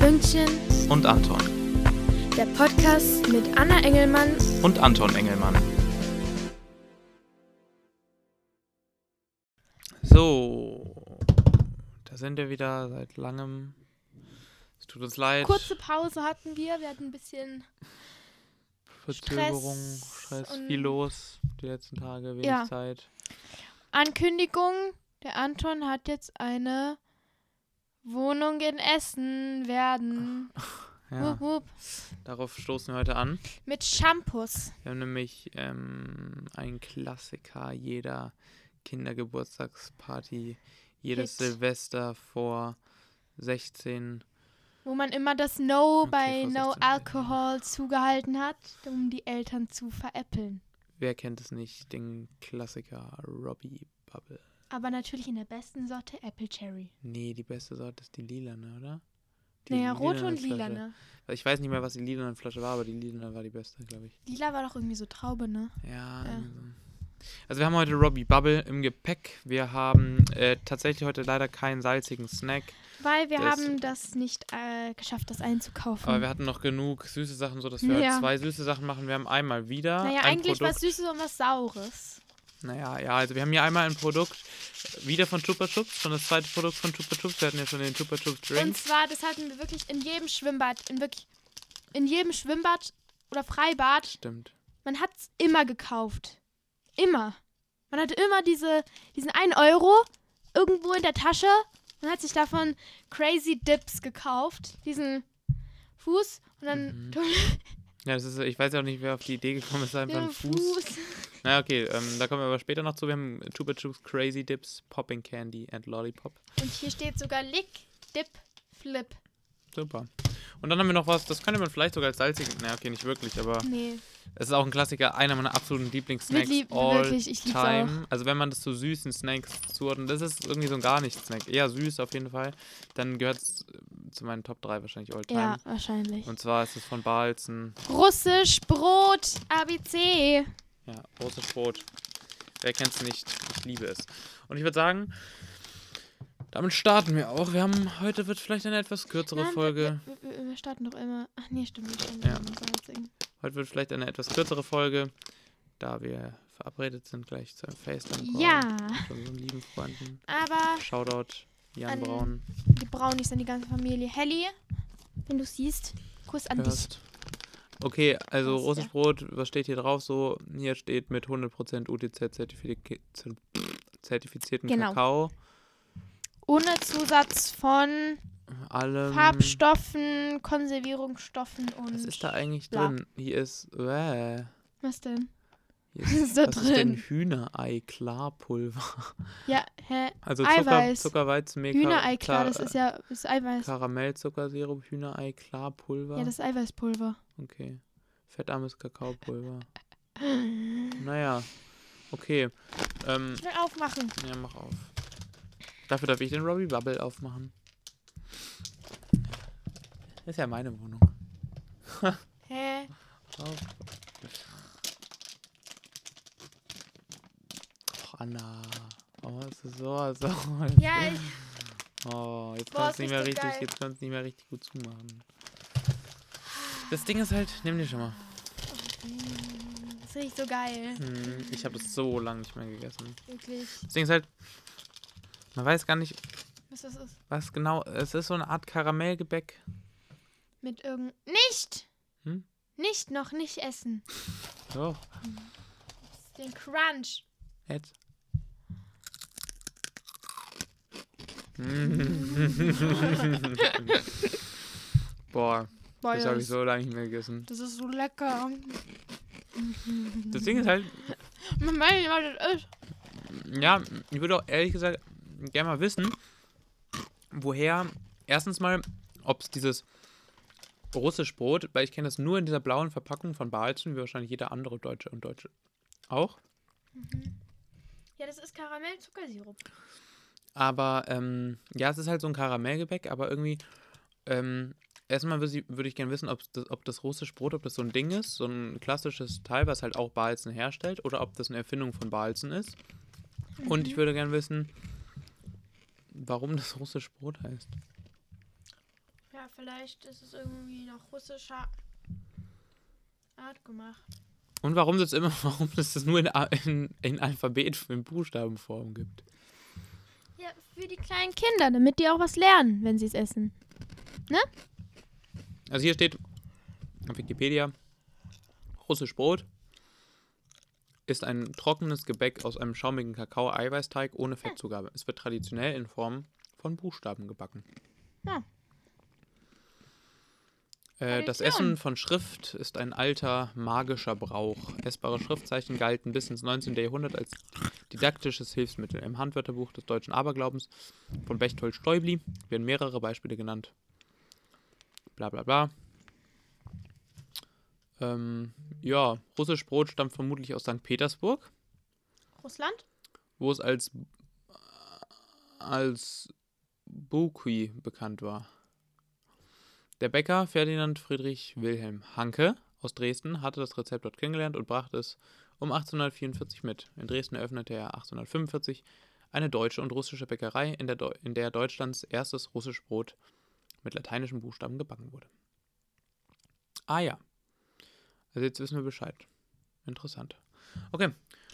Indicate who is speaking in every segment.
Speaker 1: Hündchen
Speaker 2: und Anton.
Speaker 1: Der Podcast mit Anna Engelmann
Speaker 2: und Anton Engelmann. So, da sind wir wieder seit langem. Es tut uns leid.
Speaker 1: Kurze Pause hatten wir. Wir hatten ein bisschen.
Speaker 2: Verzögerung,
Speaker 1: Stress
Speaker 2: Stress,
Speaker 1: und-
Speaker 2: viel los die letzten Tage, wenig
Speaker 1: Ja.
Speaker 2: Zeit.
Speaker 1: Ankündigung: Der Anton hat jetzt eine Wohnung in Essen werden.
Speaker 2: Ja,
Speaker 1: Wup, wup.
Speaker 2: darauf stoßen wir heute an.
Speaker 1: Mit Shampoos.
Speaker 2: Wir haben nämlich ähm, einen Klassiker jeder Kindergeburtstagsparty, jedes
Speaker 1: Hit.
Speaker 2: Silvester vor 16
Speaker 1: Wo man immer das No
Speaker 2: Okay,
Speaker 1: bei
Speaker 2: vor
Speaker 1: No
Speaker 2: 16
Speaker 1: Alcohol zugehalten hat, um die Eltern zu veräppeln.
Speaker 2: Wer kennt es nicht? Den Klassiker Robbie Bubble.
Speaker 1: Aber natürlich in der besten Sorte Apple Cherry.
Speaker 2: Nee, die beste Sorte ist die lilane, oder? Die
Speaker 1: Naja, rot und
Speaker 2: Flasche.
Speaker 1: lila, ne?
Speaker 2: Ich weiß nicht mehr, was die lilane Flasche war, aber die lilane war die beste, glaube ich.
Speaker 1: Lila war doch irgendwie so Traube, ne?
Speaker 2: Ja.
Speaker 1: Ja.
Speaker 2: irgendwie so. Also wir haben heute Robbie Bubble im Gepäck. Wir haben äh, tatsächlich heute leider keinen salzigen Snack,
Speaker 1: Weil wir
Speaker 2: Der ist-
Speaker 1: haben das nicht äh, geschafft, das einzukaufen.
Speaker 2: aber wir hatten noch genug süße Sachen, sodass wir heute
Speaker 1: Ja.
Speaker 2: zwei süße Sachen machen. Wir haben einmal wieder
Speaker 1: naja,
Speaker 2: Ah, ein
Speaker 1: eigentlich was
Speaker 2: Produkt.
Speaker 1: Süßes und was Saures.
Speaker 2: Naja, ja, also wir haben hier einmal ein Produkt äh, wieder von Chupa Chups, schon das zweite Produkt von Chupa Chups. Wir hatten ja schon den Chupa Chups Drink.
Speaker 1: Und zwar, das hatten wir wirklich in jedem Schwimmbad, in wirklich in jedem Schwimmbad oder Freibad,
Speaker 2: Stimmt.
Speaker 1: man hat's immer gekauft. Immer. Man hatte immer diese, diesen 1 Euro irgendwo in der Tasche und hat sich davon Crazy Dips gekauft, diesen Fuß und dann
Speaker 2: Mhm. Ja, das ist, ich weiß ja auch nicht, wer auf die Idee gekommen ist, einfach
Speaker 1: den
Speaker 2: einen Fuß. Na, okay, ähm, da kommen wir aber später noch zu. Wir haben Chupa Chups Crazy Dips, Popping Candy and Lollipop.
Speaker 1: Und hier steht sogar Lick, Dip, Flip.
Speaker 2: Super. Und dann haben wir noch was, das könnte man vielleicht sogar als salzigen. Na, okay, nicht wirklich, aber
Speaker 1: Nee.
Speaker 2: es ist auch ein Klassiker, einer meiner absoluten Lieblingssnacks
Speaker 1: Mit lieb-
Speaker 2: all
Speaker 1: wirklich, ich lieb's
Speaker 2: time. Also wenn man das zu süßen Snacks zuordnet, das ist irgendwie so ein gar nichts Snack. Eher süß auf jeden Fall. Dann gehört es zu meinen Top 3 wahrscheinlich all time.
Speaker 1: Ja, wahrscheinlich.
Speaker 2: Und zwar ist es von Balzen.
Speaker 1: Russisch, Brot, ABC.
Speaker 2: Ja, großes Brot. Wer kennt's nicht? Ich liebe es. Und ich würde sagen, damit starten wir auch. Wir haben heute wird vielleicht eine etwas kürzere
Speaker 1: Nein, wir-
Speaker 2: Folge.
Speaker 1: Wir, wir, wir starten doch immer. Ach nee, stimmt, wir starten
Speaker 2: Ja.
Speaker 1: immer mit Salzigen.
Speaker 2: Heute wird vielleicht eine etwas kürzere Folge, da wir verabredet sind gleich zu einem FaceTime Call
Speaker 1: Ja,
Speaker 2: mit unseren lieben Freunden.
Speaker 1: aber
Speaker 2: Shoutout Jan
Speaker 1: An-
Speaker 2: Braun.
Speaker 1: die Braunis und die ganze Familie. Helly, wenn du siehst, Kuss an dich.
Speaker 2: Hörst. Okay, also
Speaker 1: Hörst, ja.
Speaker 2: rotes Brot, was steht hier drauf? So, hier steht mit 100% UTZ-zertifizierten zertifizierten
Speaker 1: Genau.
Speaker 2: Kakao.
Speaker 1: Ohne Zusatz
Speaker 2: Ähm.
Speaker 1: von
Speaker 2: Allem.
Speaker 1: Farbstoffen, Konservierungsstoffen und.
Speaker 2: Was ist da eigentlich
Speaker 1: bla.
Speaker 2: drin? Hier ist, äh,
Speaker 1: was denn?
Speaker 2: hier
Speaker 1: Was
Speaker 2: ist
Speaker 1: ist da
Speaker 2: was ist denn
Speaker 1: drin?
Speaker 2: Hühnerei Klarpulver?
Speaker 1: Ja, hä?
Speaker 2: Also Zucker,
Speaker 1: Eiweiß.
Speaker 2: Zuckerweizenmehl, Ka-
Speaker 1: Hühnerei, klar,
Speaker 2: Ka-
Speaker 1: das ist ja das ist Eiweiß.
Speaker 2: Karamellzuckersirup, Hühnerei, Klarpulver.
Speaker 1: Ja, das ist Eiweißpulver.
Speaker 2: okay. Fettarmes Kakaopulver. naja, okay. Ähm,
Speaker 1: Schnell aufmachen.
Speaker 2: ja, mach auf. Dafür darf ich den Robbie Bubble aufmachen. Ist ja meine Wohnung.
Speaker 1: Hä?
Speaker 2: Auf. Och, Anna. Oh, es ist so sauer.
Speaker 1: Ja, ich,
Speaker 2: Oh, jetzt
Speaker 1: Boah,
Speaker 2: kannst
Speaker 1: ist
Speaker 2: du nicht mehr
Speaker 1: richtig
Speaker 2: richtig,
Speaker 1: geil.
Speaker 2: jetzt kannst du nicht mehr richtig gut zumachen. Das Ding ist halt, nimm dir schon mal.
Speaker 1: das riecht so geil.
Speaker 2: Hm, ich habe das so lange nicht mehr gegessen.
Speaker 1: Wirklich.
Speaker 2: Das Ding ist halt, man weiß gar nicht,
Speaker 1: Was das ist?
Speaker 2: was genau. Es ist so eine Art Karamellgebäck.
Speaker 1: Mit irgend. Nicht!
Speaker 2: Hm?
Speaker 1: Nicht noch nicht essen.
Speaker 2: Oh,
Speaker 1: Den Crunch.
Speaker 2: jetzt. Boah,
Speaker 1: Boah,
Speaker 2: das habe ich so lange nicht mehr gegessen.
Speaker 1: das ist so lecker.
Speaker 2: Das Ding ist halt,
Speaker 1: Man weiß nicht, was das ist.
Speaker 2: Ja, ich würde auch ehrlich gesagt gerne mal wissen, woher erstens mal, ob es dieses russisch Brot, weil ich kenne das nur in dieser blauen Verpackung von Balzen, wie wahrscheinlich jeder andere Deutsche und Deutsche auch.
Speaker 1: Ja, das ist Karamell-Zuckersirup.
Speaker 2: Aber ähm, ja, es ist halt so ein Karamellgebäck, aber irgendwie ähm, erstmal würde ich, würd ich gerne wissen, ob das, ob das russisch Brot, ob das so ein Ding ist, so ein klassisches Teil, was halt auch Balzen herstellt, oder ob das eine Erfindung von Balzen ist. Und ich würde gerne wissen, warum das russisch Brot heißt.
Speaker 1: Ja, Ja, vielleicht ist es irgendwie nach russischer Art gemacht.
Speaker 2: Und warum das immer, warum es das nur in, A- in, in Alphabet, in Buchstabenform gibt.
Speaker 1: Ja, für die kleinen Kinder, damit die auch was lernen, wenn sie es essen.
Speaker 2: Also hier steht auf Wikipedia, russisch Brot ist ein trockenes Gebäck aus einem schaumigen Kakao-Eiweißteig ohne Fettzugabe. Es wird traditionell in Form von Buchstaben gebacken.
Speaker 1: Ja.
Speaker 2: Äh, das
Speaker 1: Tradition.
Speaker 2: Essen von Schrift ist ein alter magischer Brauch. Essbare Schriftzeichen galten bis ins 19. Jahrhundert als didaktisches Hilfsmittel. Im Handwörterbuch des deutschen Aberglaubens von Bechtold Stäubli werden mehrere Beispiele genannt. Bla bla bla. Ähm, ja, russisch Brot stammt vermutlich aus St. Petersburg,
Speaker 1: Russland?
Speaker 2: wo es als, als Bukui bekannt war. Der Bäcker Ferdinand Friedrich Wilhelm Hanke aus Dresden hatte das Rezept dort kennengelernt und brachte es um 1844 mit. In Dresden eröffnete er 1845 eine deutsche und russische Bäckerei, in der, Deu in der Deutschlands erstes russisch Brot mit lateinischen Buchstaben gebacken wurde. Ah ja. Also jetzt wissen wir Bescheid. Interessant. Okay.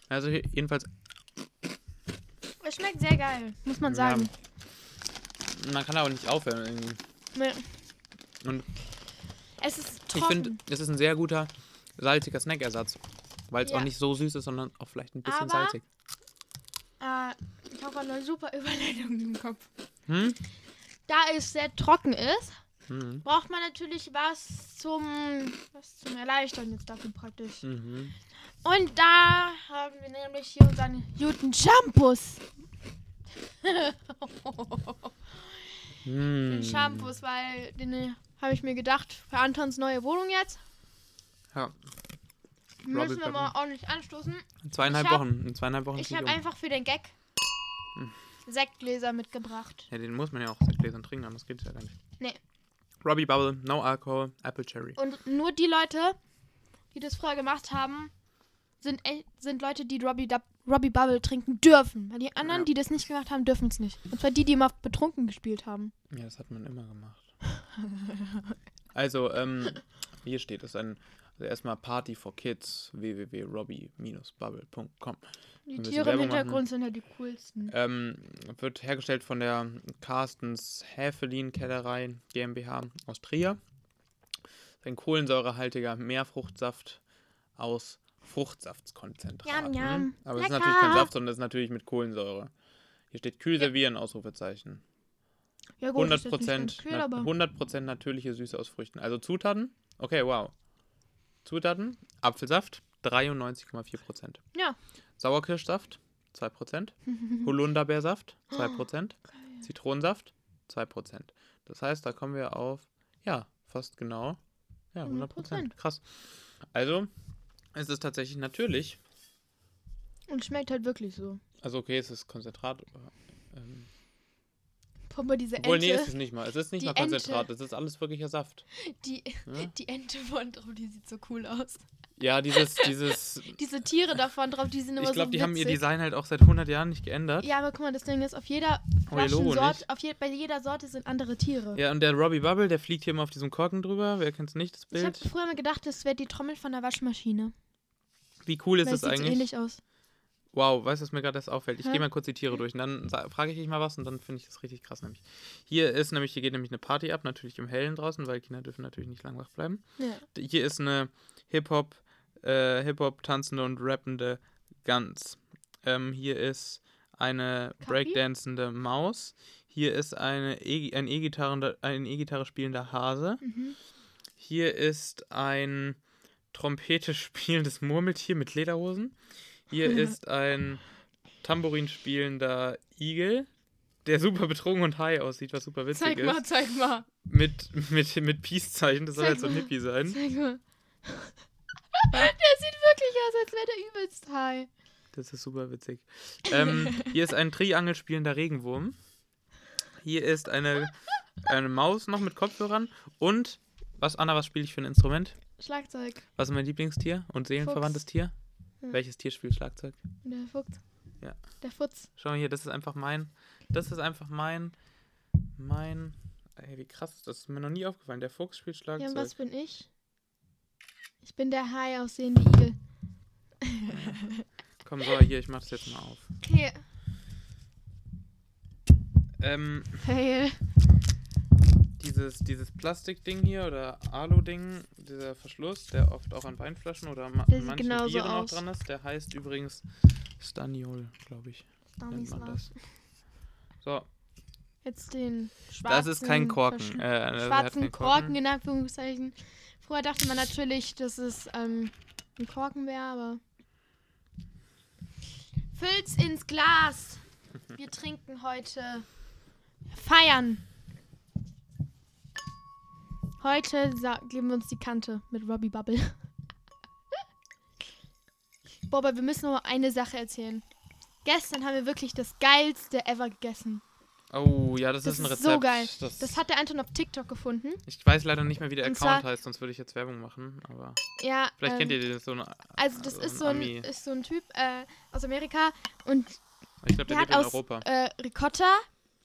Speaker 2: Also hier- jedenfalls,
Speaker 1: Es schmeckt sehr geil, muss man sagen.
Speaker 2: man kann aber nicht aufhören. Irgendwie.
Speaker 1: Nee.
Speaker 2: Und
Speaker 1: Es ist
Speaker 2: ich finde,
Speaker 1: trocken,
Speaker 2: es ist ein sehr guter salziger Snackersatz. Weil es
Speaker 1: Ja.
Speaker 2: auch nicht so süß ist, sondern auch vielleicht ein bisschen
Speaker 1: Aber-
Speaker 2: salzig.
Speaker 1: äh, ich habe eine super Überleitung im Kopf.
Speaker 2: Hm?
Speaker 1: Da es sehr trocken ist,
Speaker 2: Mhm.
Speaker 1: braucht man natürlich was zum, was zum Erleichtern jetzt dafür praktisch.
Speaker 2: Mhm.
Speaker 1: Und da haben wir nämlich hier unseren guten Shampoos. Den
Speaker 2: Mhm.
Speaker 1: Shampoos, weil den äh, habe ich mir gedacht, für Antons neue Wohnung jetzt.
Speaker 2: Ja.
Speaker 1: Müssen wir
Speaker 2: Pepper.
Speaker 1: mal ordentlich anstoßen.
Speaker 2: In zweieinhalb
Speaker 1: Ich hab-
Speaker 2: Wochen. In zweieinhalb Wochen
Speaker 1: Ich
Speaker 2: ziehe
Speaker 1: habe
Speaker 2: um.
Speaker 1: einfach für den Gag
Speaker 2: Hm.
Speaker 1: Sektgläser mitgebracht.
Speaker 2: Ja, den muss man ja auch aus den Gläsern trinken, anders geht's ja gar nicht.
Speaker 1: Nee.
Speaker 2: Robbie Bubble, No Alcohol, Apple Cherry.
Speaker 1: Und nur die Leute, die das vorher gemacht haben, sind, echt- sind Leute, die Robbie, Dub Robbie Bubble trinken dürfen. Weil die anderen,
Speaker 2: Ja.
Speaker 1: die das nicht gemacht haben, dürfen es nicht. Und zwar die, die immer betrunken gespielt haben.
Speaker 2: Ja, das hat man immer gemacht. also, ähm, hier steht es ein. Also erstmal Party for Kids, www.robbie-bubble.com.
Speaker 1: Die
Speaker 2: Ein bisschen
Speaker 1: Tiere im
Speaker 2: Werbung machen.
Speaker 1: Hintergrund sind ja die coolsten.
Speaker 2: Ähm, wird hergestellt von der Carstens Häfelin Kellerei GmbH aus Trier. Ist Ein kohlensäurehaltiger Meerfruchtsaft aus Fruchtsaftskonzentraten.
Speaker 1: Yum, yum.
Speaker 2: Aber es ist
Speaker 1: Lecker.
Speaker 2: natürlich kein Saft, sondern es ist natürlich mit Kohlensäure. Hier steht kühl servieren, Ausrufezeichen.
Speaker 1: Ja gut, ist
Speaker 2: 100%,
Speaker 1: jetzt nicht ganz kühl,
Speaker 2: na,
Speaker 1: aber
Speaker 2: 100 natürliche Süße aus Früchten. Also Zutaten? Okay, wow. Zutaten: Apfelsaft 93,4%.
Speaker 1: Ja.
Speaker 2: Sauerkirschsaft 2%. Holunderbeersaft
Speaker 1: Oh,
Speaker 2: 2%. Zitronensaft 2%. Das heißt, da kommen wir auf, ja, fast genau. Ja, 100%.
Speaker 1: 100%.
Speaker 2: Krass. Also, es ist tatsächlich natürlich.
Speaker 1: und schmeckt halt wirklich so.
Speaker 2: Also, okay, es ist Konzentrat. aber, Ähm,
Speaker 1: Guck mal, diese
Speaker 2: obwohl, nee, es
Speaker 1: Ente,
Speaker 2: ist nicht mal. Es ist nicht
Speaker 1: Die
Speaker 2: mal
Speaker 1: Ente.
Speaker 2: Konzentrat. Es ist alles wirklicher Saft.
Speaker 1: die,
Speaker 2: Ja?
Speaker 1: die Ente von drauf, die sieht so cool aus.
Speaker 2: Ja, dieses, dieses.
Speaker 1: Diese Tiere davon drauf, die sind immer
Speaker 2: ich glaube,
Speaker 1: so
Speaker 2: die haben ihr
Speaker 1: witzig.
Speaker 2: Design halt auch seit 100 Jahren nicht geändert.
Speaker 1: Ja, aber guck mal, das Ding ist, auf jeder
Speaker 2: Aber ihr Logo
Speaker 1: Flaschensorte,
Speaker 2: nicht.
Speaker 1: auf je, bei jeder Sorte sind andere Tiere.
Speaker 2: Ja, und der Robbie Bubble, der fliegt hier immer auf diesem Korken drüber. Wer kennt's nicht, das
Speaker 1: Ich habe
Speaker 2: Bild?
Speaker 1: früher mal gedacht, das wäre die Trommel von der Waschmaschine.
Speaker 2: Wie cool ist
Speaker 1: Weil
Speaker 2: das
Speaker 1: es sieht so
Speaker 2: eigentlich?
Speaker 1: ähnlich aus.
Speaker 2: Wow, weißt du, was mir gerade erst auffällt? Ich
Speaker 1: Hä?
Speaker 2: gehe mal kurz die Tiere durch und dann sa- frage ich dich mal was und dann finde ich das richtig krass nämlich. Hier ist nämlich, hier geht nämlich eine Party ab, natürlich im Hellen draußen, weil Kinder dürfen natürlich nicht lang wach bleiben.
Speaker 1: Ja.
Speaker 2: D- Hier ist eine Hip-Hop, äh, Hip-Hop tanzende und rappende Gans. Ähm, hier ist eine
Speaker 1: Kapi?
Speaker 2: breakdancende Maus. Hier ist eine e ein E-Gitarre ein E-Gitarre spielender Hase.
Speaker 1: Mhm.
Speaker 2: Hier ist ein Trompete spielendes Murmeltier mit Lederhosen. Hier ist ein Tambourin spielender Igel, der super betrunken und high aussieht, was super witzig
Speaker 1: Zeig mal,
Speaker 2: ist.
Speaker 1: zeig mal.
Speaker 2: Mit, mit, mit Peace-Zeichen, das soll
Speaker 1: Zeig
Speaker 2: halt so ein
Speaker 1: mal.
Speaker 2: Hippie sein.
Speaker 1: Zeig mal. der sieht wirklich aus, als wäre der übelst high.
Speaker 2: Das ist super witzig. Ähm, hier ist ein Triangel spielender Regenwurm. Hier ist eine, eine Maus noch mit Kopfhörern. Und, was, Anna, was spiele ich für ein Instrument?
Speaker 1: Schlagzeug.
Speaker 2: Was ist mein Lieblingstier und seelenverwandtes Tier?
Speaker 1: Ja.
Speaker 2: Welches Tier spielt Schlagzeug?
Speaker 1: Und der Fuchs.
Speaker 2: Ja.
Speaker 1: Der Futz.
Speaker 2: Schau mal hier, das ist einfach mein. Das ist einfach mein. Mein. Ey, wie krass ist das? Ist mir noch nie aufgefallen. Der Fuchs spielt
Speaker 1: Ja,
Speaker 2: Schlagzeug.
Speaker 1: und was bin ich? Ich bin der Hai aussehende Igel.
Speaker 2: Komm, so, hier, ich mach das jetzt mal auf.
Speaker 1: Okay,
Speaker 2: Ähm,
Speaker 1: fail.
Speaker 2: dieses, dieses Plastikding hier oder Alu-Ding, dieser Verschluss, der oft auch an Weinflaschen oder ma
Speaker 1: Der sieht
Speaker 2: manchen
Speaker 1: genauso
Speaker 2: Bieren
Speaker 1: aus.
Speaker 2: auch dran ist, der heißt übrigens Staniol, glaube
Speaker 1: Oh,
Speaker 2: ich, nennt man
Speaker 1: Stanislav.
Speaker 2: das. So,
Speaker 1: Jetzt den schwarzen.
Speaker 2: das ist kein
Speaker 1: Verschl-
Speaker 2: Korken. Äh, der hat
Speaker 1: schwarzen
Speaker 2: keinen
Speaker 1: Korken, in Anführungszeichen. Früher dachte man natürlich, dass es ähm, ein Korken wäre, aber. Füll's ins Glas! Wir trinken heute. Feiern! Heute sa- geben wir uns die Kante mit Robbie Bubble. Boah, aber wir müssen noch eine Sache erzählen. Gestern haben wir wirklich das geilste ever gegessen.
Speaker 2: Oh, ja, das,
Speaker 1: Das
Speaker 2: ist ein
Speaker 1: ist
Speaker 2: Rezept.
Speaker 1: so geil.
Speaker 2: Das,
Speaker 1: Das hat der Anton auf TikTok gefunden.
Speaker 2: ich weiß leider nicht mehr, wie der
Speaker 1: Und
Speaker 2: Account
Speaker 1: zwar-
Speaker 2: heißt, sonst würde ich jetzt Werbung machen, aber
Speaker 1: Ja.
Speaker 2: vielleicht
Speaker 1: ähm,
Speaker 2: kennt ihr den so eine,
Speaker 1: Also das
Speaker 2: Also
Speaker 1: ist,
Speaker 2: ein
Speaker 1: so ein,
Speaker 2: Ami.
Speaker 1: ist so ein Typ äh, aus Amerika und
Speaker 2: ich
Speaker 1: der,
Speaker 2: glaube, der
Speaker 1: hat
Speaker 2: lebt in
Speaker 1: aus
Speaker 2: Europa.
Speaker 1: äh, Ricotta,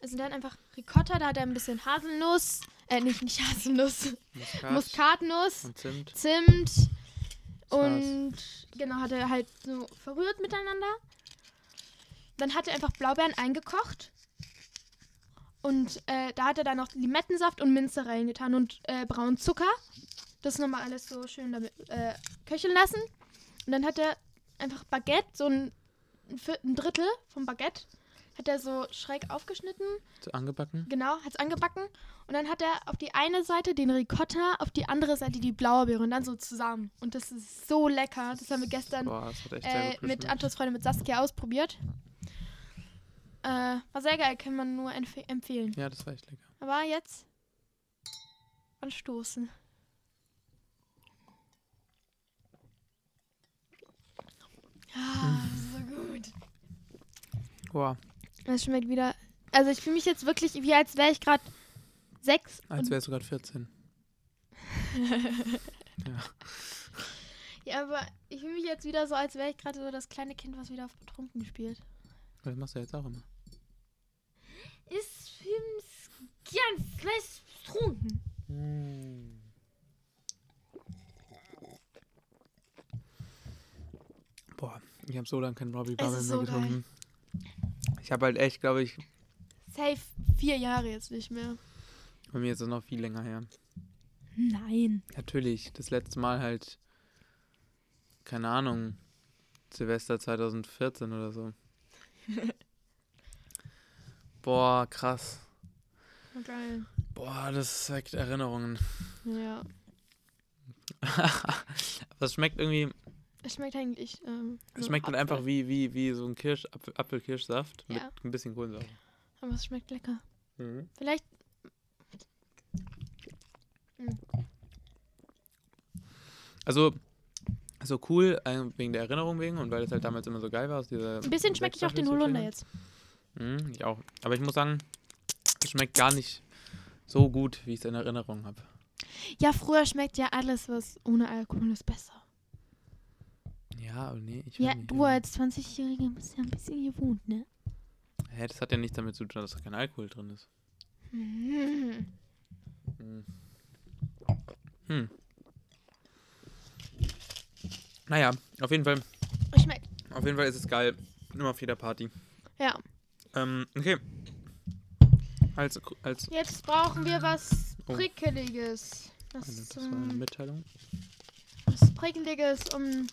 Speaker 1: also der hat einfach Ricotta, da hat er ein bisschen Haselnuss, äh nicht, nicht Haselnuss,
Speaker 2: Muskat,
Speaker 1: Muskatnuss,
Speaker 2: und Zimt.
Speaker 1: Zimt
Speaker 2: Das war's.
Speaker 1: und genau, hat er halt so verrührt miteinander. Dann hat er einfach Blaubeeren eingekocht und äh, da hat er dann noch Limettensaft und Minze reingetan und äh, braunen Zucker. Das nochmal alles so schön damit, äh, köcheln lassen. Und dann hat er einfach Baguette, so ein, ein Viert- ein Drittel vom Baguette, hat er so schräg aufgeschnitten
Speaker 2: Angebacken?
Speaker 1: Genau, hat's angebacken. Und dann hat er auf die eine Seite den Ricotta, auf die andere Seite die Blaubeere und dann so zusammen. Und das ist so lecker. Das haben wir gestern
Speaker 2: Boah, das hat echt sehr
Speaker 1: äh, mit
Speaker 2: gut geschmeckt.
Speaker 1: Antons Freundin mit Saskia ausprobiert. Äh, war sehr geil, kann man nur empf empfehlen.
Speaker 2: Ja, das war echt lecker.
Speaker 1: Aber jetzt anstoßen. Ah, so gut.
Speaker 2: Boah,
Speaker 1: Das schmeckt wieder. Also ich fühle mich jetzt wirklich wie als wäre ich gerade sechs
Speaker 2: als wärst du gerade 14.
Speaker 1: Ja, aber ich fühle mich jetzt wieder so, als wäre ich gerade so das kleine Kind, was wieder auf betrunken spielt.
Speaker 2: Das machst du jetzt auch immer.
Speaker 1: Ist Films ganz meist betrunken. Mm.
Speaker 2: Boah, ich habe so lange keinen Robbie
Speaker 1: Es
Speaker 2: Bubble mehr
Speaker 1: ist so geil.
Speaker 2: getrunken. Ich habe halt echt, glaube ich,
Speaker 1: Safe vier Jahre jetzt nicht mehr.
Speaker 2: bei mir ist es noch viel länger her.
Speaker 1: Nein.
Speaker 2: Natürlich, das letzte Mal halt, keine Ahnung, Silvester 2014 oder so. Boah, krass.
Speaker 1: Geil.
Speaker 2: Boah, das weckt Erinnerungen.
Speaker 1: Ja.
Speaker 2: Aber es schmeckt irgendwie,
Speaker 1: Es schmeckt eigentlich. Ähm,
Speaker 2: es
Speaker 1: so
Speaker 2: schmeckt halt
Speaker 1: Apfel.
Speaker 2: einfach wie, wie, wie so ein Kirsch, Apfel, Apfelkirschsaft
Speaker 1: Ja.
Speaker 2: mit ein bisschen Kohlensäure.
Speaker 1: Aber es schmeckt lecker. Vielleicht.
Speaker 2: Also, so cool, äh, wegen der Erinnerung wegen und weil es halt damals immer so geil war. Aus dieser
Speaker 1: Ein bisschen schmecke ich auch den Holunder jetzt.
Speaker 2: Mhm, ich auch. Aber ich muss sagen, es schmeckt gar nicht so gut, wie ich es in Erinnerung habe.
Speaker 1: Ja, früher schmeckt ja alles, was ohne Alkohol ist, besser.
Speaker 2: Ja, aber nee, ich
Speaker 1: Ja,
Speaker 2: weiß nicht.
Speaker 1: du als 20-Jähriger bist ja ein bisschen gewohnt, ne?
Speaker 2: Hä, das hat ja nichts damit zu tun, dass da kein Alkohol drin ist.
Speaker 1: Mhm.
Speaker 2: Hm. Naja, auf jeden Fall,
Speaker 1: Schmeckt.
Speaker 2: auf jeden Fall ist es geil. Immer auf jeder Party.
Speaker 1: Ja.
Speaker 2: Ähm, okay. Als, als
Speaker 1: Jetzt brauchen wir was
Speaker 2: Oh.
Speaker 1: Prickeliges. Was,
Speaker 2: das war eine
Speaker 1: zum,
Speaker 2: Mitteilung.
Speaker 1: was Prickeliges, um.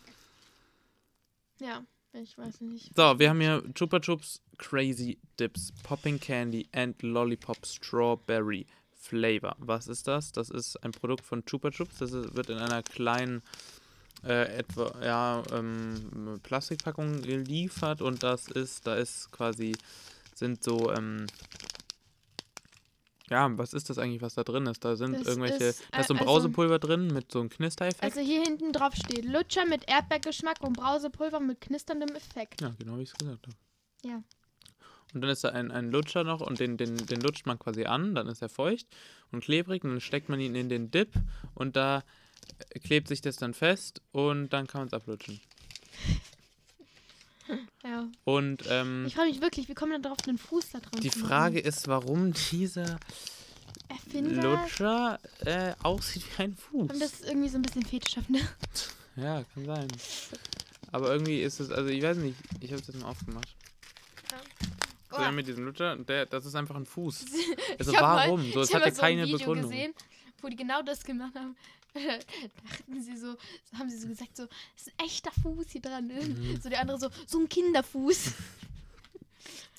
Speaker 1: Ja, ich weiß nicht.
Speaker 2: So, wir haben hier Chupa Chups, Crazy Dips, Popping Candy and Lollipop Strawberry Flavor. Was ist das? Das ist ein Produkt von Chupa Chups. Das ist, wird in einer kleinen äh, etwa, ja, ähm, Plastikpackung geliefert und das ist, da ist quasi, sind so, ähm, ja, was ist das eigentlich, was da drin ist? Da sind
Speaker 1: Das
Speaker 2: irgendwelche,
Speaker 1: ist,
Speaker 2: da ist so ein
Speaker 1: äh, also-
Speaker 2: Brausepulver drin mit so einem Knistereffekt.
Speaker 1: Also hier hinten drauf steht Lutscher mit Erdbeergeschmack und Brausepulver mit knisterndem Effekt.
Speaker 2: Ja, genau wie ich es gesagt habe.
Speaker 1: Ja.
Speaker 2: Und dann ist da ein, ein Lutscher noch und den, den, den lutscht man quasi an, dann ist er feucht und klebrig und dann steckt man ihn in den Dip und da äh, klebt sich das dann fest und dann kann man es ablutschen.
Speaker 1: Ja.
Speaker 2: Und ähm,
Speaker 1: Ich frage mich wirklich, wie kommen denn drauf den Fuß da dran?
Speaker 2: die
Speaker 1: zu machen?
Speaker 2: Frage ist, warum dieser,
Speaker 1: Effekt. Finger.
Speaker 2: Lutscher äh, aussieht wie ein Fuß.
Speaker 1: Und das ist irgendwie so ein bisschen fetischhaft, ne?
Speaker 2: Ja, kann sein. Aber irgendwie ist es, also ich weiß nicht, ich habe es jetzt mal aufgemacht.
Speaker 1: Oh.
Speaker 2: Der mit diesem Lutscher, der, das ist einfach ein Fuß.
Speaker 1: Ich
Speaker 2: Also
Speaker 1: hab mal-
Speaker 2: warum? so, es
Speaker 1: ich hab
Speaker 2: hatte
Speaker 1: mal
Speaker 2: keine
Speaker 1: so ein Video
Speaker 2: Begründung.
Speaker 1: gesehen, wo die genau das gemacht haben. Dachten sie so, haben sie so gesagt, so, das ist ein echter Fuß hier dran. ne?
Speaker 2: Mhm.
Speaker 1: So der andere so, so ein Kinderfuß.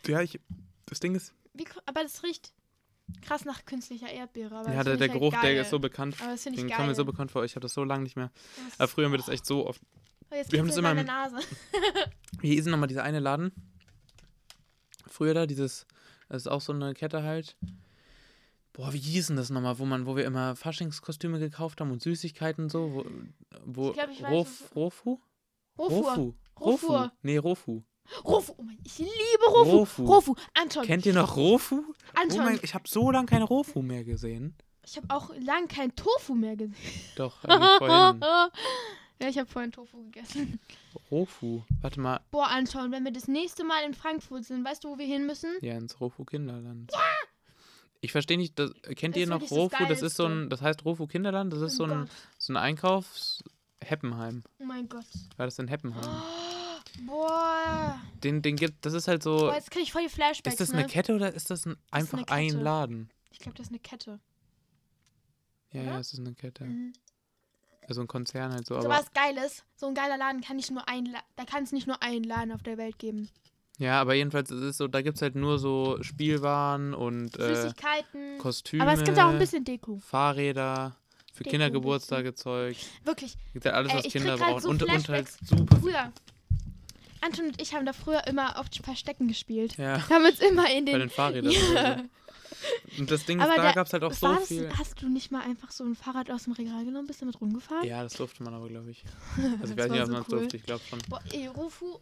Speaker 2: Ja, ich, das Ding ist,
Speaker 1: Wie, ko- aber das riecht krass nach künstlicher Erdbeere. Aber
Speaker 2: ja,
Speaker 1: das
Speaker 2: der,
Speaker 1: find
Speaker 2: der
Speaker 1: ich halt
Speaker 2: Geruch,
Speaker 1: geil.
Speaker 2: der ist so bekannt.
Speaker 1: Aber das finde ich
Speaker 2: Den
Speaker 1: geil.
Speaker 2: kommt mir so bekannt vor. Ich habe das so lange nicht mehr.
Speaker 1: Das-
Speaker 2: Aber früher haben wir das echt so oft.
Speaker 1: oh, jetzt
Speaker 2: wir haben das
Speaker 1: kitzelt
Speaker 2: immer
Speaker 1: meine
Speaker 2: im-
Speaker 1: Nase.
Speaker 2: Hier ist nochmal dieser eine Laden. Früher da, dieses, das ist auch so eine Kette halt. Boah, wie hieß denn das nochmal, wo man, wo wir immer Faschingskostüme gekauft haben und Süßigkeiten so, wo, wo
Speaker 1: Ich glaub, ich weiß,
Speaker 2: Rof, Rofu?
Speaker 1: Rofu.
Speaker 2: Rofu.
Speaker 1: Rofu.
Speaker 2: Nee, Rofu.
Speaker 1: Rofu. Oh mein, ich liebe Rofu.
Speaker 2: Rofu.
Speaker 1: Rofu. Anton.
Speaker 2: Kennt ihr noch Rofu? Oh
Speaker 1: Anton.
Speaker 2: mein, ich habe so lange kein Rofu mehr gesehen.
Speaker 1: ich habe auch lang kein Tofu mehr gesehen.
Speaker 2: Doch, eigentlich vorhin.
Speaker 1: ja, ich habe vorhin Tofu gegessen.
Speaker 2: Rofu. Warte mal,
Speaker 1: Boah, Anton, wenn wir das nächste Mal in Frankfurt sind, weißt du, wo wir hin müssen?
Speaker 2: Ja, ins Rofu Kinderland. Ich verstehe nicht, das, kennt
Speaker 1: Das
Speaker 2: ihr
Speaker 1: find
Speaker 2: noch
Speaker 1: ich das
Speaker 2: Rofu? Das ist so
Speaker 1: Geilste.
Speaker 2: ein, das heißt Rofu Kinderland, das ist
Speaker 1: Oh
Speaker 2: so ein,
Speaker 1: Gott.
Speaker 2: so ein Einkaufs Heppenheim.
Speaker 1: Oh mein Gott. Oh,
Speaker 2: War das in Heppenheim?
Speaker 1: Boah.
Speaker 2: Den, den gibt, das ist halt so,
Speaker 1: Boah, jetzt kriege Oh. ich voll die Flashbacks.
Speaker 2: ist das
Speaker 1: ne?
Speaker 2: eine Kette oder ist das ein, einfach
Speaker 1: eine
Speaker 2: ein
Speaker 1: Kette.
Speaker 2: Laden?
Speaker 1: Ich glaube, das ist eine Kette.
Speaker 2: Ja,
Speaker 1: Oder?
Speaker 2: ja, es ist eine Kette.
Speaker 1: Mhm.
Speaker 2: Also ein Konzern halt so,
Speaker 1: So
Speaker 2: aber
Speaker 1: was Geiles. So ein geiler Laden kann ich nur ein La da kann es nicht nur einen Laden auf der Welt geben.
Speaker 2: ja, aber jedenfalls es ist so, da gibt es halt nur so Spielwaren und äh,
Speaker 1: Süßigkeiten.
Speaker 2: Kostüme,
Speaker 1: Aber es gibt auch ein bisschen Deko.
Speaker 2: Fahrräder, für
Speaker 1: Deko,
Speaker 2: Kindergeburtstage Zeug,
Speaker 1: Wirklich.
Speaker 2: gibt halt alles,
Speaker 1: Ey,
Speaker 2: was
Speaker 1: ich krieg
Speaker 2: Kinder
Speaker 1: grad
Speaker 2: brauchen
Speaker 1: so
Speaker 2: und, und halt
Speaker 1: Flashbacks.
Speaker 2: super.
Speaker 1: Früher. Anton und ich haben da früher immer oft Verstecken gespielt.
Speaker 2: Ja.
Speaker 1: Wir haben uns immer in
Speaker 2: Bei
Speaker 1: den.
Speaker 2: den Fahrrädern.
Speaker 1: Ja.
Speaker 2: oder so. Und das Ding ist,
Speaker 1: Aber
Speaker 2: da
Speaker 1: der-
Speaker 2: gab es halt auch so
Speaker 1: War das,
Speaker 2: viel.
Speaker 1: hast du nicht mal einfach so ein Fahrrad aus dem Regal genommen, bist damit rumgefahren?
Speaker 2: Ja, das durfte man aber, glaube ich. Also ich
Speaker 1: Das
Speaker 2: weiß nicht,
Speaker 1: war
Speaker 2: ob
Speaker 1: so
Speaker 2: man es
Speaker 1: cool.
Speaker 2: durfte, ich glaube schon.
Speaker 1: Boah, ey, Rofu,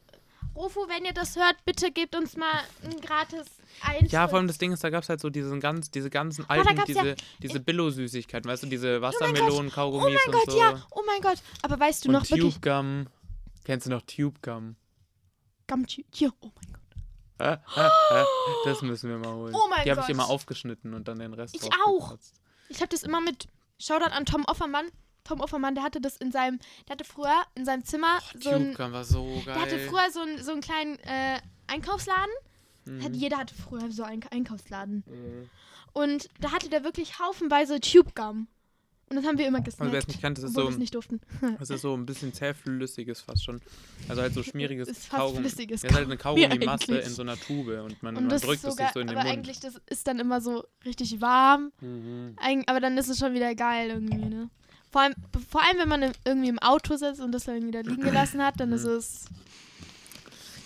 Speaker 1: Rofu, wenn ihr das hört, bitte gebt uns mal ein gratis Eintritt.
Speaker 2: Ja, vor allem das Ding ist, da gab es halt so diesen ganz, diese ganzen
Speaker 1: Ah, da
Speaker 2: alten,
Speaker 1: gab's ja-
Speaker 2: diese, diese Billo-Süßigkeiten, weißt du, diese
Speaker 1: mein Gott.
Speaker 2: Wassermelonen,
Speaker 1: Oh mein
Speaker 2: Kaugummis und
Speaker 1: Gott,
Speaker 2: so.
Speaker 1: ja. Oh mein Gott. Aber weißt du
Speaker 2: und
Speaker 1: noch wirklich.
Speaker 2: Tube Gum. Kennst du noch Tube Gum?
Speaker 1: Gamchi. Hier. Oh mein Gott.
Speaker 2: Ah, ah, ah, Das müssen wir mal holen.
Speaker 1: Oh mein
Speaker 2: Die habe ich
Speaker 1: Gott.
Speaker 2: immer aufgeschnitten und dann den Rest.
Speaker 1: Ich
Speaker 2: draufgekratzt.
Speaker 1: Ich habe das immer mit. Shoutout an Tom Offermann. Tom Offermann, der hatte das in seinem. Der hatte früher in seinem Zimmer so
Speaker 2: Tube
Speaker 1: ein.
Speaker 2: Gum war so Oh, geil.
Speaker 1: Der hatte früher so, einen so einen kleinen äh, Einkaufsladen. Hat, jeder hatte früher so einen Einkaufsladen.
Speaker 2: Mhm.
Speaker 1: Und da hatte der wirklich haufenweise Tube Gum. Und das haben wir immer
Speaker 2: Also wer es
Speaker 1: gesnackt.
Speaker 2: nicht kannte, das ist
Speaker 1: obwohl
Speaker 2: so
Speaker 1: wir es nicht durften.
Speaker 2: Es ist so ein bisschen zähflüssiges fast schon. Also halt so schmieriges
Speaker 1: Ist fast
Speaker 2: Kaugummi.
Speaker 1: flüssiges
Speaker 2: ja, ist halt eine
Speaker 1: Kaugummi
Speaker 2: Kaugummimasse
Speaker 1: eigentlich.
Speaker 2: in so einer Tube und man,
Speaker 1: Und
Speaker 2: man
Speaker 1: das
Speaker 2: drückt
Speaker 1: ist
Speaker 2: es
Speaker 1: sogar,
Speaker 2: sich so in den
Speaker 1: aber
Speaker 2: Mund.
Speaker 1: eigentlich das ist dann immer so richtig warm.
Speaker 2: Mhm.
Speaker 1: Eig aber dann ist es schon wieder geil irgendwie, ne? Vor allem, vor allem wenn man im, irgendwie im Auto sitzt und das dann wieder liegen gelassen hat, dann ist
Speaker 2: Hm.
Speaker 1: es.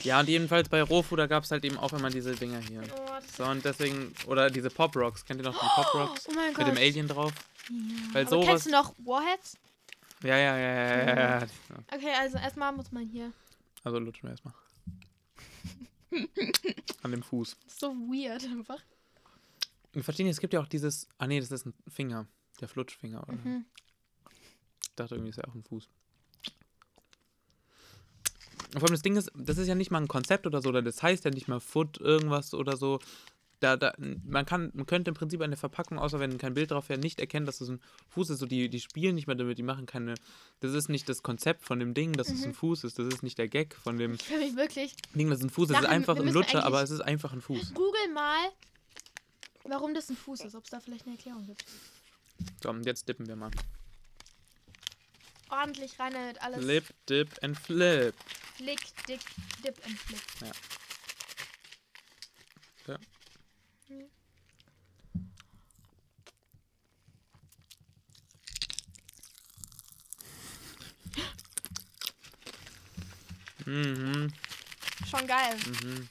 Speaker 2: Ja, und jedenfalls bei Rofu, da gab es halt eben auch immer diese Dinger hier.
Speaker 1: Oh, das
Speaker 2: So, und deswegen, oder diese Pop Rocks, kennt ihr noch die Pop Rocks?
Speaker 1: oh mein
Speaker 2: Mit dem
Speaker 1: Gott.
Speaker 2: Alien drauf. Weil
Speaker 1: aber kennst
Speaker 2: sowas.
Speaker 1: du noch Warheads?
Speaker 2: Ja, ja, ja, ja, ja, ja, ja.
Speaker 1: Okay, also erstmal muss man hier.
Speaker 2: Also lutschen wir erstmal. An dem Fuß.
Speaker 1: Das ist so weird einfach.
Speaker 2: Und verstehen, es gibt ja auch dieses. Ah, nee, das ist ein Finger. Der Flutschfinger, oder?
Speaker 1: Mhm.
Speaker 2: Ich dachte irgendwie, ist ja auch ein Fuß. Vor allem das Ding ist, das ist ja nicht mal ein Konzept oder so, oder das heißt ja nicht mal Foot irgendwas oder so. Da, da, man, kann, man könnte im Prinzip eine Verpackung, außer wenn kein Bild drauf wäre, nicht erkennen, dass es ein Fuß ist. So die, die spielen nicht mehr damit, die machen keine. Das ist nicht das Konzept von dem Ding, dass
Speaker 1: Mhm.
Speaker 2: es ein Fuß ist. Das ist nicht der Gag von dem
Speaker 1: Ich fühle mich wirklich.
Speaker 2: Ding, dass es ein Fuß ist. Es ist
Speaker 1: Sachen,
Speaker 2: einfach
Speaker 1: wir
Speaker 2: ein
Speaker 1: müssen
Speaker 2: Lutscher, aber
Speaker 1: eigentlich-
Speaker 2: es ist einfach ein Fuß.
Speaker 1: Google mal, warum das ein Fuß ist, ob es da vielleicht eine Erklärung gibt.
Speaker 2: So, und jetzt dippen wir mal.
Speaker 1: Ordentlich rein damit alles.
Speaker 2: Flip, dip and flip.
Speaker 1: Flick, dick, dip and flick.
Speaker 2: Ja. Mhm.
Speaker 1: Schon geil.
Speaker 2: Mhm.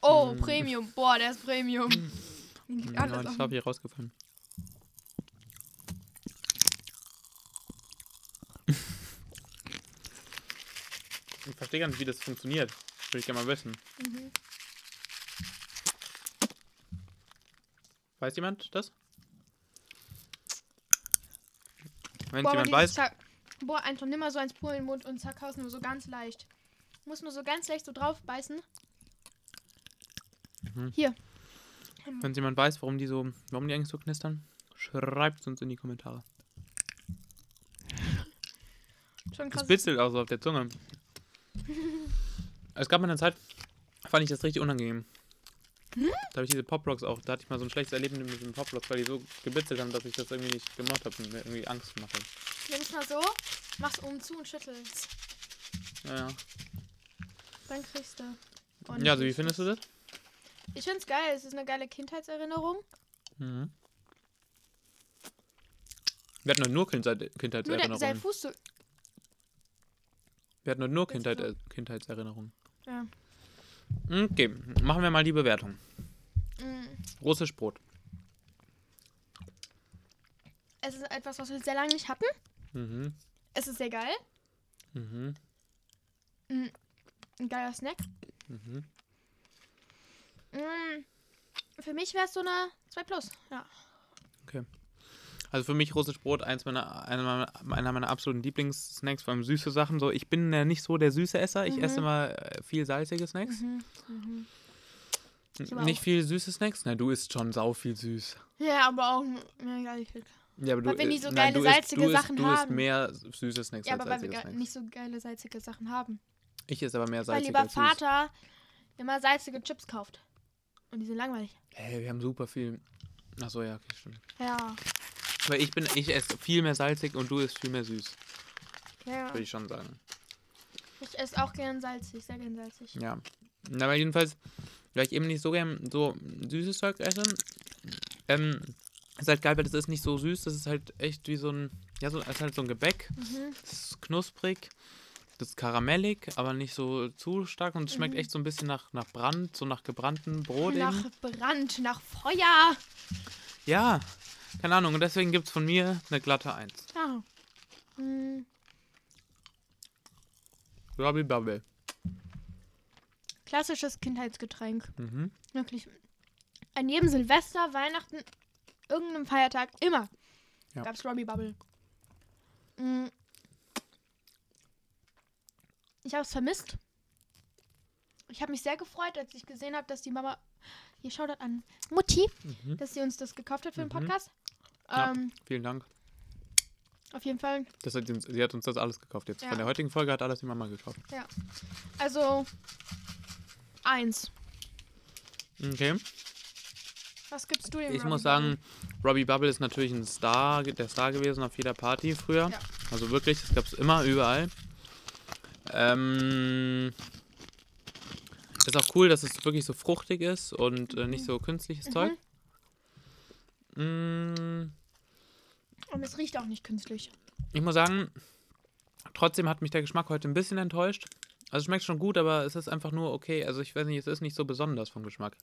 Speaker 1: Oh, Premium. Boah, der ist Premium. Liegt
Speaker 2: Ja,
Speaker 1: Alles
Speaker 2: das
Speaker 1: auf.
Speaker 2: habe Mhm. ich rausgefallen. Ich verstehe gar nicht, wie das funktioniert. Würde ich gerne mal wissen.
Speaker 1: Mhm.
Speaker 2: Weiß jemand das? Wenn
Speaker 1: Boah, aber
Speaker 2: jemand
Speaker 1: dieses
Speaker 2: weiß,
Speaker 1: Zack- Boah, Anton, nimm mal so eins Pur in den Mund und zack, haust nur so ganz leicht. Muss nur so ganz leicht so drauf beißen. Hier.
Speaker 2: Wenn jemand weiß, warum die so, warum die eigentlich so knistern, schreibt es uns in die Kommentare.
Speaker 1: Schon
Speaker 2: Es
Speaker 1: krass.
Speaker 2: bitzelt auch so auf der Zunge. es gab mal eine Zeit, fand ich das richtig unangenehm. Da habe ich diese Pop-Rocks auch, da hatte ich mal so ein schlechtes Erlebnis mit den Pop-Rocks, weil die so gebitzelt haben, dass ich das irgendwie nicht gemocht habe und mir irgendwie Angst gemacht habe.
Speaker 1: Nimm's mal so, mach's oben zu und schüttelst.
Speaker 2: Ja, ja.
Speaker 1: Dann kriegst du.
Speaker 2: ja, also wie findest du das?
Speaker 1: Ich find's geil, es ist eine geile Kindheitserinnerung.
Speaker 2: Mhm. Wir hatten doch nur Kindheit,
Speaker 1: Nur der, sein
Speaker 2: Kindheitserinnerungen.
Speaker 1: Fuß so.
Speaker 2: Wir hatten doch nur
Speaker 1: Jetzt
Speaker 2: Kindheit,
Speaker 1: so.
Speaker 2: Kindheitserinnerungen.
Speaker 1: Ja.
Speaker 2: Okay, machen wir mal die Bewertung.
Speaker 1: Mm.
Speaker 2: Russisch Brot.
Speaker 1: Es ist etwas, was wir sehr lange nicht hatten.
Speaker 2: Mhm.
Speaker 1: Es ist sehr geil.
Speaker 2: Mhm.
Speaker 1: Ein geiler Snack.
Speaker 2: Mhm.
Speaker 1: Mm. Für mich wäre es so eine 2 Plus. Ja.
Speaker 2: Also für mich russisch Brot eins meiner, einer, meiner, einer meiner absoluten Lieblingssnacks, vor allem süße Sachen. So, ich bin ja nicht so der süße Esser. Ich
Speaker 1: Mhm.
Speaker 2: esse immer äh, viel salzige Snacks.
Speaker 1: Ich aber
Speaker 2: Nicht
Speaker 1: auch.
Speaker 2: viel süße Snacks. Na, du isst schon sau viel süß.
Speaker 1: Ja, aber auch ja, geil.
Speaker 2: Ja, aber du,
Speaker 1: Weil wir nicht so
Speaker 2: äh,
Speaker 1: geile
Speaker 2: du isst-
Speaker 1: salzige
Speaker 2: du isst,
Speaker 1: Sachen
Speaker 2: du isst
Speaker 1: haben.
Speaker 2: mehr süße Snacks
Speaker 1: Ja,
Speaker 2: als
Speaker 1: aber weil wir
Speaker 2: salzige
Speaker 1: ge-
Speaker 2: halt Snacks.
Speaker 1: nicht so geile salzige Sachen haben.
Speaker 2: Ich esse aber mehr
Speaker 1: weil
Speaker 2: salzige
Speaker 1: lieber
Speaker 2: als süß.
Speaker 1: Vater immer salzige Chips kauft. Und die sind langweilig.
Speaker 2: Hey, wir haben super viel. Achso, ja, okay, stimmt.
Speaker 1: Ja.
Speaker 2: Weil ich bin, ich esse viel mehr salzig und du isst viel mehr süß,
Speaker 1: ja.
Speaker 2: würde ich schon sagen.
Speaker 1: Ich esse auch gern salzig, sehr gern salzig.
Speaker 2: Ja. Na, aber jedenfalls, weil ich eben nicht so gern so süßes Zeug esse, ähm, ist halt geil, weil das ist nicht so süß, das ist halt echt wie so ein, ja, so, ist halt so ein Gebäck.
Speaker 1: Mhm.
Speaker 2: Das ist knusprig, das ist karamellig, aber nicht so zu stark und es schmeckt
Speaker 1: Mhm.
Speaker 2: echt so ein bisschen nach, nach Brand, so nach gebranntem Brot eben.
Speaker 1: Nach Brand, nach Feuer.
Speaker 2: Ja, keine Ahnung, und deswegen gibt es von mir eine glatte 1.
Speaker 1: Ja. Mm,
Speaker 2: Robbie Bubble.
Speaker 1: Klassisches Kindheitsgetränk.
Speaker 2: Mhm.
Speaker 1: Wirklich. An jedem Silvester, Weihnachten, irgendeinem Feiertag, immer
Speaker 2: Ja.
Speaker 1: gab's Robbie Bubble. Mm. Ich habe es vermisst. Ich habe mich sehr gefreut, als ich gesehen habe, dass die Mama. Hier schaut das an. Mutti,
Speaker 2: Mhm.
Speaker 1: dass sie uns das gekauft hat für den
Speaker 2: Mhm.
Speaker 1: Podcast.
Speaker 2: Ja.
Speaker 1: Ähm,
Speaker 2: Vielen Dank.
Speaker 1: Auf jeden Fall.
Speaker 2: Das hat uns, sie hat uns das alles gekauft jetzt.
Speaker 1: Ja.
Speaker 2: Von der heutigen Folge hat alles die Mama gekauft.
Speaker 1: Also. Eins.
Speaker 2: Okay.
Speaker 1: Was gibst du dem
Speaker 2: Ich
Speaker 1: Robbie Bubble?
Speaker 2: muss sagen, Robbie Bubble ist natürlich ein Star, der Star gewesen auf jeder Party früher.
Speaker 1: Ja.
Speaker 2: Also wirklich, das gab es immer, überall. Ähm, ist auch cool, dass es wirklich so fruchtig ist und äh,
Speaker 1: Mhm.
Speaker 2: nicht so künstliches Zeug. Mm,
Speaker 1: Und es riecht auch nicht künstlich.
Speaker 2: ich muss sagen, trotzdem hat mich der Geschmack heute ein bisschen enttäuscht. Also es schmeckt schon gut, aber es ist einfach nur okay. Also ich weiß nicht, es ist nicht so besonders vom Geschmack.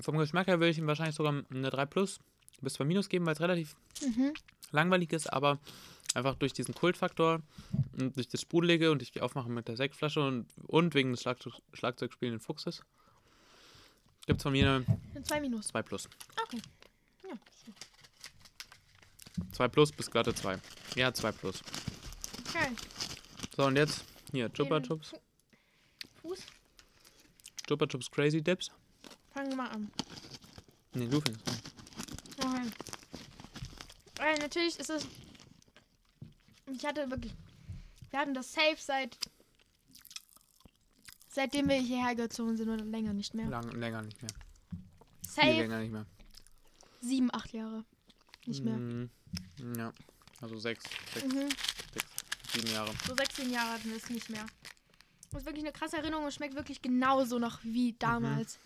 Speaker 2: Vom Geschmack her würde ich ihm wahrscheinlich sogar eine 3 plus bis 2 minus geben, weil es relativ
Speaker 1: Mhm.
Speaker 2: langweilig ist, aber einfach durch diesen Kultfaktor und durch das Sprudelige und durch die Aufmache mit der Sektflasche und, und wegen des Schlagzeug, Schlagzeugspielenden Fuchses gibt es von mir eine
Speaker 1: Zwei Minus.
Speaker 2: 2 plus.
Speaker 1: Okay. Ja.
Speaker 2: 2 plus bis glatte 2. Ja, 2 plus.
Speaker 1: Okay.
Speaker 2: So, und jetzt hier, Chupa
Speaker 1: Jeden
Speaker 2: Chups.
Speaker 1: Fu- Fuß.
Speaker 2: Chupa Chups Crazy Dips.
Speaker 1: Fangen wir mal an.
Speaker 2: Nee, du fängst an.
Speaker 1: Okay. Weil natürlich ist es. Ich hatte wirklich. Wir hatten das safe seit. Seitdem wir hierher gezogen sind oder länger nicht mehr.
Speaker 2: Lang, länger nicht mehr. Viel
Speaker 1: Safe
Speaker 2: länger nicht mehr.
Speaker 1: sieben, acht Jahre. Nicht mehr.
Speaker 2: Mhm. Ja. Also sechs, sechs,
Speaker 1: Mhm.
Speaker 2: sechs, sieben Jahre.
Speaker 1: So 16 Jahre hatten wir es nicht mehr. Das ist wirklich eine krasse Erinnerung und schmeckt wirklich genauso noch wie
Speaker 2: Mhm.
Speaker 1: damals.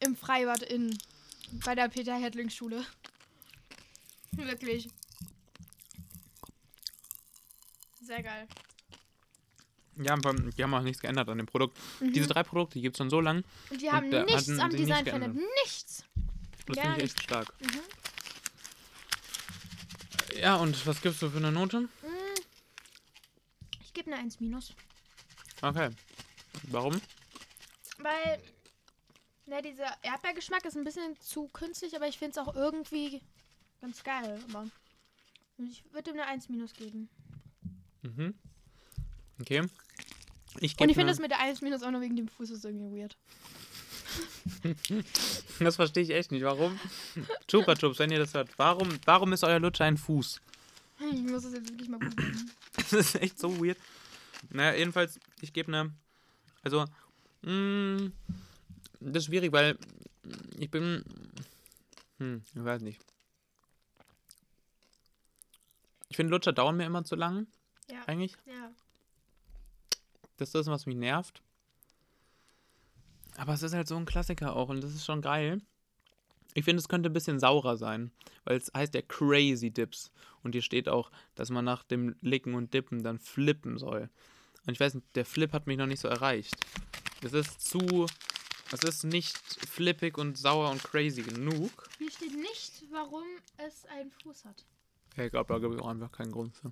Speaker 1: Im Freibad in bei der Peter Hedling Schule. Wirklich. Sehr geil.
Speaker 2: Ja, aber die haben auch nichts geändert an dem Produkt.
Speaker 1: Mhm.
Speaker 2: Diese drei Produkte gibt es schon so lange.
Speaker 1: Und die haben
Speaker 2: da
Speaker 1: nichts
Speaker 2: hatten
Speaker 1: am
Speaker 2: sie nichts
Speaker 1: Design
Speaker 2: geändert.
Speaker 1: verändert. Nichts.
Speaker 2: Das
Speaker 1: Gar
Speaker 2: finde ich
Speaker 1: nicht.
Speaker 2: echt stark.
Speaker 1: Mhm.
Speaker 2: Ja, und was gibst du für eine Note?
Speaker 1: Ich gebe eine 1 minus.
Speaker 2: Okay. Warum?
Speaker 1: Weil, na, dieser Erdbeergeschmack ist ein bisschen zu künstlich, aber ich finde es auch irgendwie ganz geil. Aber ich würde ihm eine 1 minus geben.
Speaker 2: Mhm. Okay. Ich
Speaker 1: Und
Speaker 2: gebe
Speaker 1: ich finde
Speaker 2: eine,
Speaker 1: das mit der 1 minus auch nur wegen dem Fuß ist irgendwie weird.
Speaker 2: Das verstehe ich echt nicht. Warum? Chupa Chups, wenn ihr das hört, warum, warum ist euer Lutscher ein Fuß?
Speaker 1: Ich muss das jetzt wirklich mal probieren.
Speaker 2: Das ist echt so weird. Naja, jedenfalls, ich gebe eine. Also, mh, das ist schwierig, weil ich bin. Hm, ich weiß nicht. Ich finde, Lutscher dauern mir immer zu lang,
Speaker 1: Ja,
Speaker 2: eigentlich.
Speaker 1: ja.
Speaker 2: Das ist das, was mich nervt. Aber es ist halt so ein Klassiker auch und das ist schon geil. Ich finde, es könnte ein bisschen saurer sein, weil es heißt ja Crazy Dips. Und hier steht auch, dass man nach dem Licken und Dippen dann flippen soll. Und ich weiß nicht, der Flip hat mich noch nicht so erreicht. Es ist zu. Es ist nicht flippig und sauer und crazy genug.
Speaker 1: Hier steht nicht, warum es einen Fuß hat.
Speaker 2: Ja, Ich glaube, da gibt es auch einfach keinen Grund für.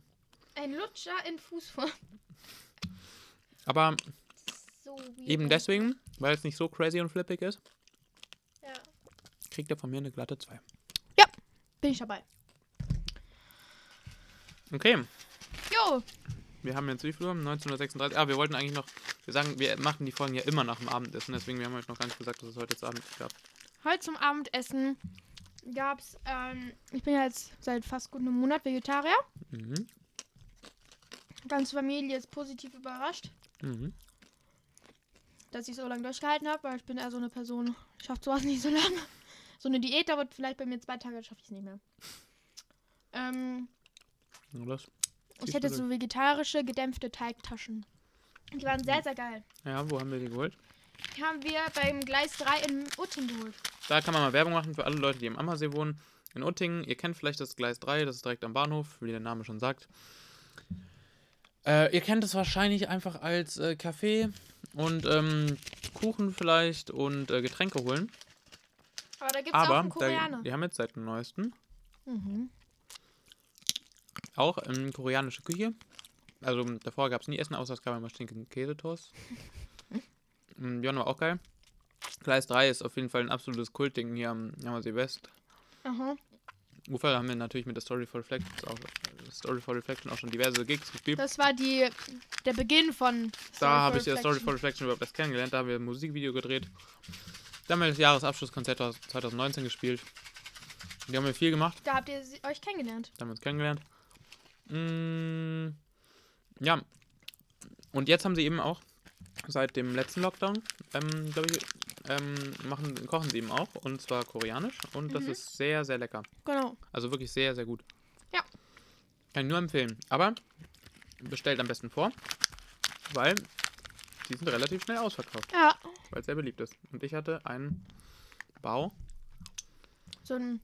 Speaker 1: Ein Lutscher in Fußform.
Speaker 2: Aber
Speaker 1: So weird.
Speaker 2: eben deswegen, weil es nicht so crazy und flippig ist,
Speaker 1: Ja.
Speaker 2: kriegt er von mir eine glatte 2.
Speaker 1: Bin ich dabei.
Speaker 2: Okay.
Speaker 1: Jo.
Speaker 2: Wir haben jetzt wie viel Uhr? 1936. Ah, wir wollten eigentlich noch. Wir sagen, wir machen die Folgen ja immer nach dem Abendessen. Deswegen wir haben heute noch gar nicht gesagt, dass es heute jetzt Abend gab.
Speaker 1: Heute zum Abendessen gab's, ähm, ich bin ja jetzt seit fast gut einem Monat Vegetarier.
Speaker 2: Mhm.
Speaker 1: Ganze Familie ist positiv überrascht,
Speaker 2: Mhm.
Speaker 1: dass ich so lange durchgehalten habe, weil ich bin eher so eine Person, ich schaff sowas nicht so lange. So eine Diät dauert vielleicht bei mir zwei Tage, schaffe ich es nicht mehr. Ähm,
Speaker 2: Und das?
Speaker 1: ich hätte so vegetarische, gedämpfte Teigtaschen. Die waren sehr, sehr geil.
Speaker 2: Ja, wo haben wir die geholt?
Speaker 1: Die haben wir beim Gleis 3 in Utting geholt.
Speaker 2: Da kann man mal Werbung machen für alle Leute, die am Ammersee wohnen. In Uttingen. Ihr kennt vielleicht das Gleis 3, das ist direkt am Bahnhof, wie der Name schon sagt. Äh, ihr kennt es wahrscheinlich einfach als äh, Café und ähm, Kuchen vielleicht und äh, Getränke holen.
Speaker 1: Aber da gibt's auch
Speaker 2: Aber
Speaker 1: einen
Speaker 2: da,
Speaker 1: Koreaner.
Speaker 2: die haben jetzt seit dem neuesten
Speaker 1: Mhm.
Speaker 2: Auch ähm, koreanische Küche. Also m, davor gab es nie Essen, außer es gab immer stinkenden Käsetoast. Mm, Jon war auch geil. Gleis 3 ist auf jeden Fall ein absolutes Kultding hier am Jammersee West.
Speaker 1: Aha.
Speaker 2: Ufer haben wir natürlich mit der Story for Reflections auch, äh, Story for Reflection auch schon diverse Gigs gespielt.
Speaker 1: Das war die, der Beginn von.
Speaker 2: Da habe ich
Speaker 1: Story
Speaker 2: ja
Speaker 1: for
Speaker 2: Story for Reflection überhaupt erst kennengelernt. Da haben wir ein Musikvideo gedreht. Da haben wir das Jahresabschlusskonzert aus 2019 gespielt. Die haben wir viel gemacht.
Speaker 1: Da habt ihr sie- euch kennengelernt.
Speaker 2: Da haben wir uns kennengelernt. Mm, ja. Und jetzt haben sie eben auch, seit dem letzten Lockdown, ähm, glaube ich, ähm, machen, kochen sie eben auch. Und zwar koreanisch. Und das
Speaker 1: Mhm.
Speaker 2: ist sehr, sehr lecker.
Speaker 1: Genau.
Speaker 2: Also wirklich sehr, sehr gut.
Speaker 1: Ja.
Speaker 2: Kann ich nur empfehlen. Aber bestellt am besten vor, weil die sind relativ schnell ausverkauft,
Speaker 1: Ja.
Speaker 2: weil es sehr beliebt ist. Und ich hatte einen Bau,
Speaker 1: So ein.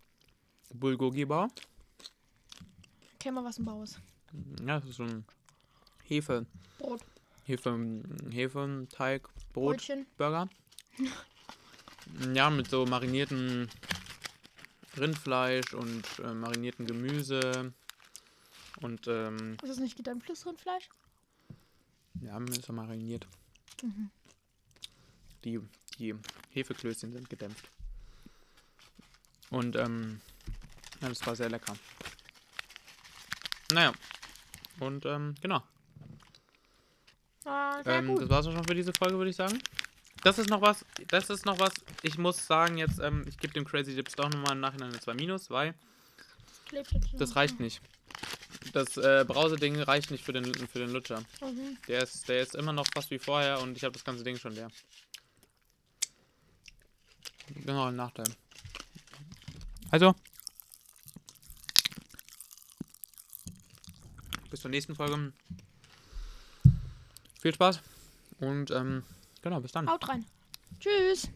Speaker 2: Bulgogi-Bau.
Speaker 1: Kenn mal, was ein Bau ist.
Speaker 2: Ja, das ist so ein Hefe.
Speaker 1: Brot.
Speaker 2: Hefe, Hefeteig, Brot,
Speaker 1: Brötchen.
Speaker 2: Burger. Ja, mit so marinierten Rindfleisch und äh, marinierten Gemüse. Und ähm,
Speaker 1: Ist das nicht gedämpftes Rindfleisch?
Speaker 2: ja, ist ja mariniert.
Speaker 1: Mhm.
Speaker 2: Die, die Hefeklößchen sind gedämpft. Und ähm, ja, das war sehr lecker. Naja. Und ähm, genau.
Speaker 1: Ah, sehr
Speaker 2: Ähm, das
Speaker 1: gut.
Speaker 2: war's auch schon für diese Folge, würde ich sagen. Das ist noch was, das ist noch was, ich muss sagen jetzt, ähm, ich gebe dem Crazy Dips doch nochmal im Nachhinein eine 2 minus, weil
Speaker 1: Klebt jetzt schon.
Speaker 2: das reicht nicht. Das äh, Brauseding reicht nicht für den, für den Lutscher.
Speaker 1: Mhm.
Speaker 2: Der ist, der ist immer noch fast wie vorher und ich habe das ganze Ding schon leer. Genau, ein Nachteil. Also. Bis zur nächsten Folge. Viel Spaß und ähm, genau, bis dann.
Speaker 1: Mhm. Haut rein. Tschüss.